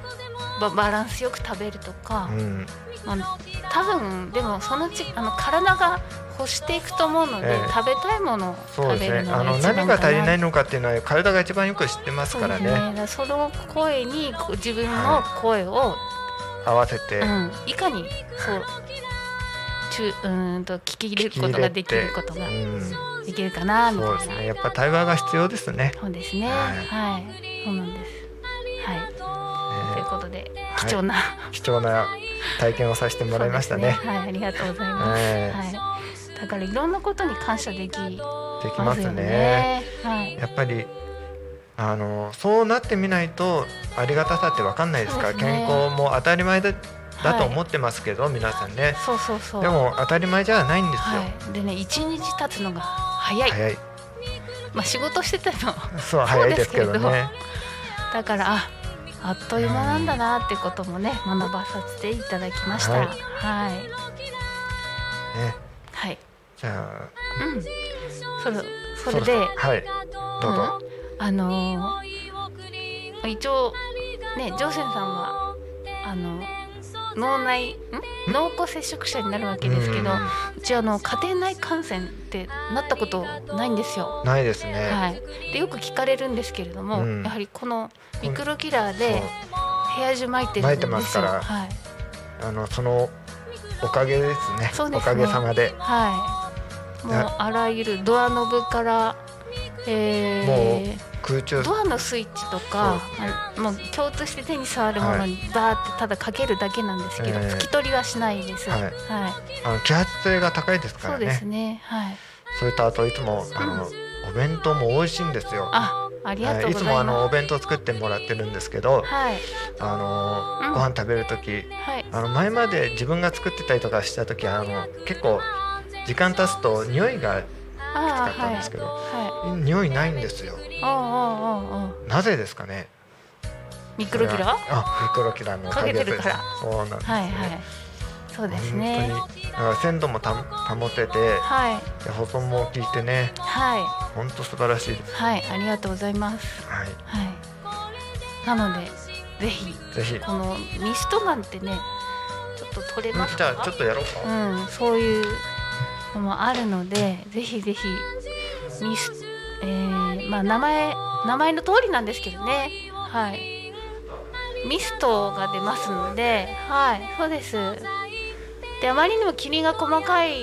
[SPEAKER 6] ババランスよく食べるとか
[SPEAKER 7] う、ん
[SPEAKER 6] まあ多分でもそのうちあの体が欲していくと思うので、
[SPEAKER 7] ええ
[SPEAKER 6] 食べたいものを
[SPEAKER 7] そうで
[SPEAKER 6] 食べ
[SPEAKER 7] す
[SPEAKER 6] る
[SPEAKER 7] ね
[SPEAKER 6] の
[SPEAKER 7] あ
[SPEAKER 6] が
[SPEAKER 7] の
[SPEAKER 6] 一番か
[SPEAKER 7] 何
[SPEAKER 6] な
[SPEAKER 7] が足りないのかっていうのは体が一番よく知ってます
[SPEAKER 6] そう
[SPEAKER 7] か
[SPEAKER 6] です
[SPEAKER 7] ら
[SPEAKER 6] ね。
[SPEAKER 7] ね
[SPEAKER 6] だからその声にこう自分の声を、
[SPEAKER 7] 合わせて、
[SPEAKER 6] うん、いかにそうちゅうーんと聞き入れることができることが
[SPEAKER 7] うん
[SPEAKER 6] できるかなみたい
[SPEAKER 7] そうで
[SPEAKER 6] な。
[SPEAKER 7] すねやっぱ対話が必要ですね、
[SPEAKER 6] そうですね。
[SPEAKER 7] はい
[SPEAKER 6] はい、そうなんです。はい、
[SPEAKER 7] え
[SPEAKER 6] という
[SPEAKER 7] ー
[SPEAKER 6] ことで、
[SPEAKER 7] い
[SPEAKER 6] 貴重な、
[SPEAKER 7] 貴重な体験をさせてもらいましたね
[SPEAKER 6] そうですはい、ありがとうございます。
[SPEAKER 7] え
[SPEAKER 6] はい、だからいろんなことに感謝でき
[SPEAKER 7] ーでき
[SPEAKER 6] ま
[SPEAKER 7] ますす
[SPEAKER 6] よ
[SPEAKER 7] ね
[SPEAKER 6] ね。はい。
[SPEAKER 7] やっぱりあのそうなってみないとありがたさってわかんないですから
[SPEAKER 6] そうですね
[SPEAKER 7] 健康も当たり前だだと思
[SPEAKER 6] っ
[SPEAKER 7] ってますけど、皆さんね
[SPEAKER 6] そうそうそう。
[SPEAKER 7] でも当たり前じゃないんですよ、
[SPEAKER 6] はい、でね、一日経つのが早い。
[SPEAKER 7] 早い
[SPEAKER 6] まあ仕事してても、
[SPEAKER 7] そう早いですけど
[SPEAKER 6] そうで
[SPEAKER 7] ね
[SPEAKER 6] だからあ、あっという間なんだなってこともね、学ばさせていただきました。
[SPEAKER 7] はい
[SPEAKER 6] はい。
[SPEAKER 7] ね
[SPEAKER 6] はい。
[SPEAKER 7] じゃあ
[SPEAKER 6] うん。それ、それ
[SPEAKER 7] ろ
[SPEAKER 6] で。
[SPEAKER 7] ろはいどうぞ、
[SPEAKER 6] うんあのー一応ねジョーセンさんはあの脳内ん濃厚接触者になるわけですけど、う
[SPEAKER 7] う
[SPEAKER 6] ちあの家庭内感染ってなったことないんですよ。
[SPEAKER 7] んないですね、
[SPEAKER 6] はい、でよく聞かれるんですけれども、
[SPEAKER 7] うん
[SPEAKER 6] やはりこのミクロキラーで部屋中巻いて
[SPEAKER 7] 巻
[SPEAKER 6] る
[SPEAKER 7] い
[SPEAKER 6] ん
[SPEAKER 7] て
[SPEAKER 6] で
[SPEAKER 7] ますす
[SPEAKER 6] よ。
[SPEAKER 7] から
[SPEAKER 6] はい、
[SPEAKER 7] そうあのそのおかげですね
[SPEAKER 6] そうですね
[SPEAKER 7] おかげさまで
[SPEAKER 6] はい、も
[SPEAKER 7] いうや
[SPEAKER 6] あらゆるドアノブから、えー、
[SPEAKER 7] 空中
[SPEAKER 6] ドアのスイッチとか、
[SPEAKER 7] そうですね
[SPEAKER 6] あのもう共通して手に触るものにバーってただかけるだけなんですけど、
[SPEAKER 7] ええ
[SPEAKER 6] 拭き取りはしないです。は
[SPEAKER 7] はい
[SPEAKER 6] い、
[SPEAKER 7] あの揮発性が高いですか
[SPEAKER 6] そ
[SPEAKER 7] ら
[SPEAKER 6] うです
[SPEAKER 7] ね
[SPEAKER 6] ね。はい、
[SPEAKER 7] それとあといつもあの、お弁当も美味しいんですよ
[SPEAKER 6] あ、ありがとう
[SPEAKER 7] い
[SPEAKER 6] ご
[SPEAKER 7] つ
[SPEAKER 6] ざ
[SPEAKER 7] もあ
[SPEAKER 6] い
[SPEAKER 7] のお
[SPEAKER 6] ま
[SPEAKER 7] 弁当作ってもらってるんですけど
[SPEAKER 6] す。、はい、
[SPEAKER 7] あの
[SPEAKER 6] うん
[SPEAKER 7] ご飯食べる時
[SPEAKER 6] はい、
[SPEAKER 7] あの前まで自分が作ってたりとかした時あの結構時間経つと匂いがきつ
[SPEAKER 6] あ
[SPEAKER 7] か
[SPEAKER 6] あ
[SPEAKER 7] っ
[SPEAKER 6] ー、は
[SPEAKER 7] たん
[SPEAKER 6] い、
[SPEAKER 7] ですけど、
[SPEAKER 6] は
[SPEAKER 7] 匂いないんですよ
[SPEAKER 6] い、おうおうおうおう、
[SPEAKER 7] なぜですかね
[SPEAKER 6] ミクロキラー。
[SPEAKER 7] あミクロキラのおげです
[SPEAKER 6] かけてるから
[SPEAKER 7] そうなんですね、
[SPEAKER 6] はいはい、そうですね
[SPEAKER 7] 本当にだから鮮度もた保てて
[SPEAKER 6] はい
[SPEAKER 7] で保存も効いてね
[SPEAKER 6] は
[SPEAKER 7] 本当素晴らしいです
[SPEAKER 6] いはいありがとうございます
[SPEAKER 7] はい
[SPEAKER 6] はいなのでぜひ
[SPEAKER 7] ぜひ
[SPEAKER 6] このミストガンってねちょっと取れます
[SPEAKER 7] じ
[SPEAKER 6] か
[SPEAKER 7] ゃあちょっとやろうか、
[SPEAKER 6] うん、そういうのもあるのでぜひぜひミス、えーまあ、名前名前の通りなんですけどねはいミストが出ますのではいそうですであまりにも霧が細かい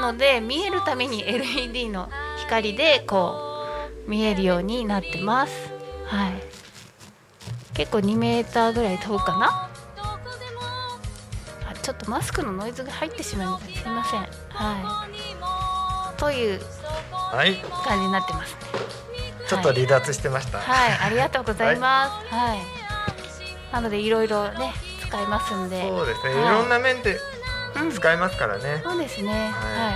[SPEAKER 6] ので見えるために LED の光でこう見えるようになってますはい結構2メーターぐらい飛ぶかなあちょっとマスクのノイズが入ってしまいましたすいませんはいという
[SPEAKER 7] はい
[SPEAKER 6] 感じになってますね
[SPEAKER 7] ちょっと離脱してました、
[SPEAKER 6] はい、はい、ありがとうございますはい、なのでいろいろね使いますんで
[SPEAKER 7] そうですね、
[SPEAKER 6] はい
[SPEAKER 7] い、ろんな面で
[SPEAKER 6] うん
[SPEAKER 7] 使えますからね、
[SPEAKER 6] そうですねは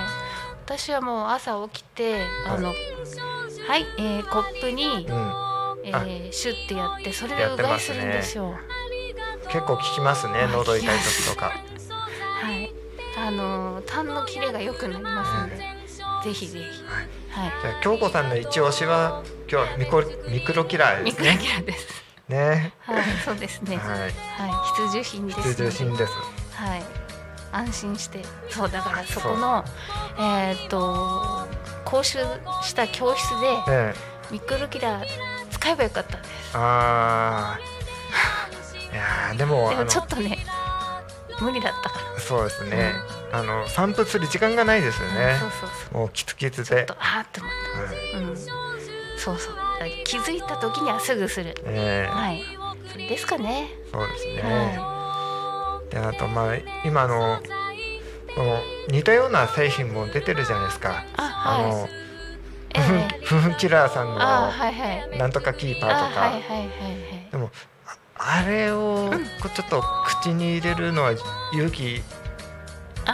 [SPEAKER 6] い、私はもう朝起きてあのはい、えーコップに
[SPEAKER 7] う、ん、
[SPEAKER 6] えーシュッてやってそれで
[SPEAKER 7] や
[SPEAKER 6] う
[SPEAKER 7] って
[SPEAKER 6] がい
[SPEAKER 7] ますすね
[SPEAKER 6] るんですよ
[SPEAKER 7] 結構効きますね
[SPEAKER 6] あ
[SPEAKER 7] 喉痛い時とか
[SPEAKER 6] はいあのー痰の切れが良くなりますので、ぜひぜひ
[SPEAKER 7] はい
[SPEAKER 6] はい
[SPEAKER 7] じゃあ京子さんの一押しは今日はミコミクロキラーで
[SPEAKER 6] ミ
[SPEAKER 7] す
[SPEAKER 6] クラ
[SPEAKER 7] ね
[SPEAKER 6] キラです。
[SPEAKER 7] ね
[SPEAKER 6] はい、そうですね。はい、
[SPEAKER 7] はい
[SPEAKER 6] 必需品です、ね。
[SPEAKER 7] 必需品です
[SPEAKER 6] はい、安心して、そうだからそこのえーっと講習した教室で
[SPEAKER 7] ね
[SPEAKER 6] ミクロキラー使えばよかったんです。
[SPEAKER 7] あーいやーでも
[SPEAKER 6] で
[SPEAKER 7] あ
[SPEAKER 6] も
[SPEAKER 7] の
[SPEAKER 6] ちょっとね無理だったか
[SPEAKER 7] そうですね、あの散布する時間がないですよ
[SPEAKER 6] ら。
[SPEAKER 7] ね
[SPEAKER 6] そうそうそう。
[SPEAKER 7] もうキツキツ
[SPEAKER 6] ちょっ
[SPEAKER 7] で
[SPEAKER 6] と、あーって思っ
[SPEAKER 7] はい
[SPEAKER 6] た。うん。そうそう。だから気づいた時にはすぐする。
[SPEAKER 7] えー
[SPEAKER 6] はい。それですかね。
[SPEAKER 7] そうですね、
[SPEAKER 6] は
[SPEAKER 7] であとまあ今あのこの似たような製品も出てるじゃないですか、
[SPEAKER 6] あ、
[SPEAKER 7] あ
[SPEAKER 6] はい。
[SPEAKER 7] の
[SPEAKER 6] え え。
[SPEAKER 7] ふふんキラーさん
[SPEAKER 6] あ
[SPEAKER 7] の
[SPEAKER 6] ー、はいはい。
[SPEAKER 7] なんとかキーパー
[SPEAKER 6] あ
[SPEAKER 7] とかあ,、
[SPEAKER 6] はいはいはいはい。
[SPEAKER 7] でもあれをこうちょっと口に入れるのは勇気い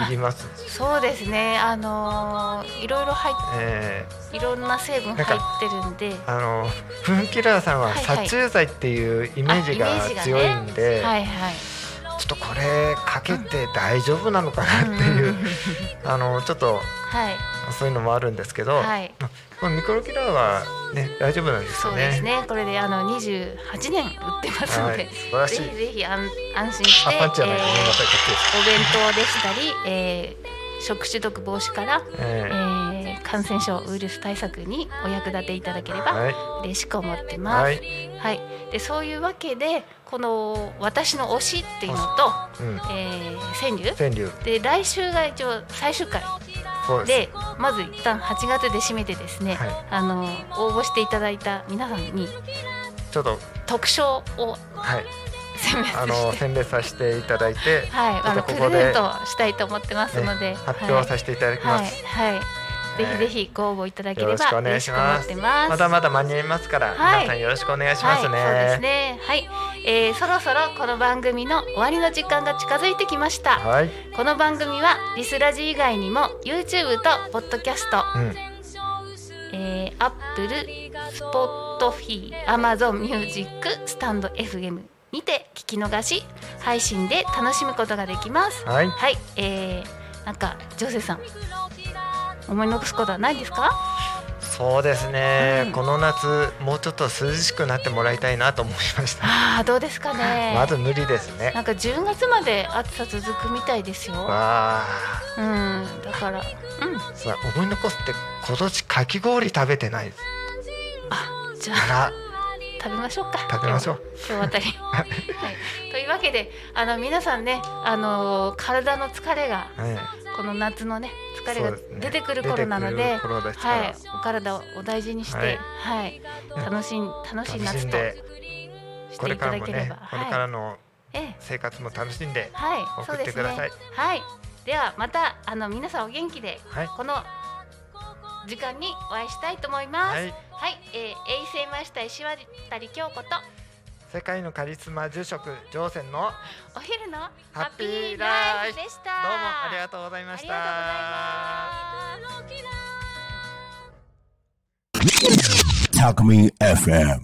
[SPEAKER 7] ります、
[SPEAKER 6] そうですね。あのーいろいろ入
[SPEAKER 7] え
[SPEAKER 6] っいろんな成分入ってるんで、
[SPEAKER 7] ーあのふんキラーさんは
[SPEAKER 6] はいはい
[SPEAKER 7] 殺虫剤っていうイメージ
[SPEAKER 6] あイメ
[SPEAKER 7] が
[SPEAKER 6] ージがね
[SPEAKER 7] 強いんで、
[SPEAKER 6] はいはい。
[SPEAKER 7] ちょっとこれかけて大丈夫なのかなって
[SPEAKER 6] うん
[SPEAKER 7] い
[SPEAKER 6] うん
[SPEAKER 7] う
[SPEAKER 6] うんうん
[SPEAKER 7] あのちょっと
[SPEAKER 6] はい
[SPEAKER 7] そういうのもあるんですけど、
[SPEAKER 6] はい。
[SPEAKER 7] このミクロキラーはね大丈夫なんです
[SPEAKER 6] そ
[SPEAKER 7] よ
[SPEAKER 6] う
[SPEAKER 7] ね。
[SPEAKER 6] ですね。これであの28年売ってますの
[SPEAKER 7] は
[SPEAKER 6] で
[SPEAKER 7] い、、素晴らしい
[SPEAKER 6] ぜ。ひぜひ安安心して、
[SPEAKER 7] あ
[SPEAKER 6] え
[SPEAKER 7] パンチじゃないごめんな
[SPEAKER 6] ー
[SPEAKER 7] さいこ
[SPEAKER 6] お弁当でしたり、えー食中毒防止から、
[SPEAKER 7] っちです。え
[SPEAKER 6] え
[SPEAKER 7] ー
[SPEAKER 6] ー感染症ウイルス対策にお役立ていただければ
[SPEAKER 7] はい
[SPEAKER 6] 嬉しく思ってます。は。
[SPEAKER 7] はいい、
[SPEAKER 6] でそういうわけでこの私の推しっていうのと、
[SPEAKER 7] うん、
[SPEAKER 6] えー川柳
[SPEAKER 7] 川柳
[SPEAKER 6] で来週が一応最終回
[SPEAKER 7] そうで
[SPEAKER 6] でまず一旦8月で締めてですね、
[SPEAKER 7] はい
[SPEAKER 6] あの応募していただいた皆さんに
[SPEAKER 7] す。ちょっと
[SPEAKER 6] 特賞を
[SPEAKER 7] はい
[SPEAKER 6] 選別
[SPEAKER 7] あの
[SPEAKER 6] して
[SPEAKER 7] 選別させていただいて
[SPEAKER 6] はい、あ
[SPEAKER 7] ちょっ
[SPEAKER 6] の
[SPEAKER 7] とこ
[SPEAKER 6] プ
[SPEAKER 7] こで
[SPEAKER 6] レゼントをしたいと思ってますので、
[SPEAKER 7] 発表させていただき
[SPEAKER 6] はい、
[SPEAKER 7] ます。
[SPEAKER 6] はい、はいぜひぜひご応募いただければ
[SPEAKER 7] よろ
[SPEAKER 6] 嬉
[SPEAKER 7] し
[SPEAKER 6] し
[SPEAKER 7] く
[SPEAKER 6] く
[SPEAKER 7] お
[SPEAKER 6] 思
[SPEAKER 7] 願いします
[SPEAKER 6] ってます。
[SPEAKER 7] まだまだ間に合いますから、
[SPEAKER 6] はい
[SPEAKER 7] 皆さんよろしくお願いし
[SPEAKER 6] は
[SPEAKER 7] ま
[SPEAKER 6] い、
[SPEAKER 7] す
[SPEAKER 6] そう
[SPEAKER 7] ね。
[SPEAKER 6] ですね。はい、えーそろそろこの番組の終わりの時間が近づいてきました。
[SPEAKER 7] はい、
[SPEAKER 6] この番組はリスラジ以外にも YouTube と Podcast、
[SPEAKER 7] うん
[SPEAKER 6] えー、Apple、Spotify、Amazon Music、StandFM にて聞き逃し配信で楽しむことができます。
[SPEAKER 7] はい。
[SPEAKER 6] はい、えー、なんかジョセさん思い残すことはないですか？
[SPEAKER 7] そうですね、
[SPEAKER 6] うん
[SPEAKER 7] この夏もうちょっと涼しくなってもらいたいなと思いました。
[SPEAKER 6] ああどうですかね。
[SPEAKER 7] まず無理ですね。
[SPEAKER 6] なんか10月まで暑さ続くみたいですよ。
[SPEAKER 7] わ
[SPEAKER 6] うん、だから、うん、
[SPEAKER 7] あ、さあ思い残すって今年かき氷食べてないです。
[SPEAKER 6] じゃあ
[SPEAKER 7] あ
[SPEAKER 6] 食べましょうか。
[SPEAKER 7] ら食べましょう。
[SPEAKER 6] 今日あ たり。はい、というわけであの皆さんね、あのー体の疲れが
[SPEAKER 7] はい、
[SPEAKER 6] この夏のね疲れ
[SPEAKER 7] そう
[SPEAKER 6] が
[SPEAKER 7] ですね
[SPEAKER 6] 出てくる頃なので
[SPEAKER 7] 出てくる頃ですから
[SPEAKER 6] はい、お体をお大事にして、は
[SPEAKER 7] はいい
[SPEAKER 6] 楽しん楽しい
[SPEAKER 7] 楽し
[SPEAKER 6] 夏
[SPEAKER 7] ん
[SPEAKER 6] と
[SPEAKER 7] で
[SPEAKER 6] し
[SPEAKER 7] こ
[SPEAKER 6] て
[SPEAKER 7] れ
[SPEAKER 6] い
[SPEAKER 7] から
[SPEAKER 6] ただ
[SPEAKER 7] も
[SPEAKER 6] けれ
[SPEAKER 7] ね
[SPEAKER 6] ば、、
[SPEAKER 7] これか
[SPEAKER 6] は
[SPEAKER 7] ら
[SPEAKER 6] い、
[SPEAKER 7] の
[SPEAKER 6] ええ
[SPEAKER 7] 生活も楽しんで、
[SPEAKER 6] はい、
[SPEAKER 7] 送
[SPEAKER 6] そう
[SPEAKER 7] って
[SPEAKER 6] です
[SPEAKER 7] く
[SPEAKER 6] ね。
[SPEAKER 7] ださい
[SPEAKER 6] はい、ではまたあの皆さんお元気で
[SPEAKER 7] はい、
[SPEAKER 6] この時間にお会いしたいと思います。は、
[SPEAKER 7] はいい、
[SPEAKER 6] えー、衛生マイスター石渡京子と
[SPEAKER 7] 世界のカリスマ住職上仙のどうも
[SPEAKER 6] お昼のハ
[SPEAKER 7] ハ
[SPEAKER 6] ッ
[SPEAKER 7] ッ
[SPEAKER 6] ピ
[SPEAKER 7] ピ
[SPEAKER 6] ー
[SPEAKER 7] ー
[SPEAKER 6] ラ
[SPEAKER 7] ラ
[SPEAKER 6] イ
[SPEAKER 7] イ
[SPEAKER 6] フ
[SPEAKER 7] フ
[SPEAKER 6] でした。
[SPEAKER 7] ありがとうございました。
[SPEAKER 6] ありがとうございます。
[SPEAKER 5] Talk Me FM.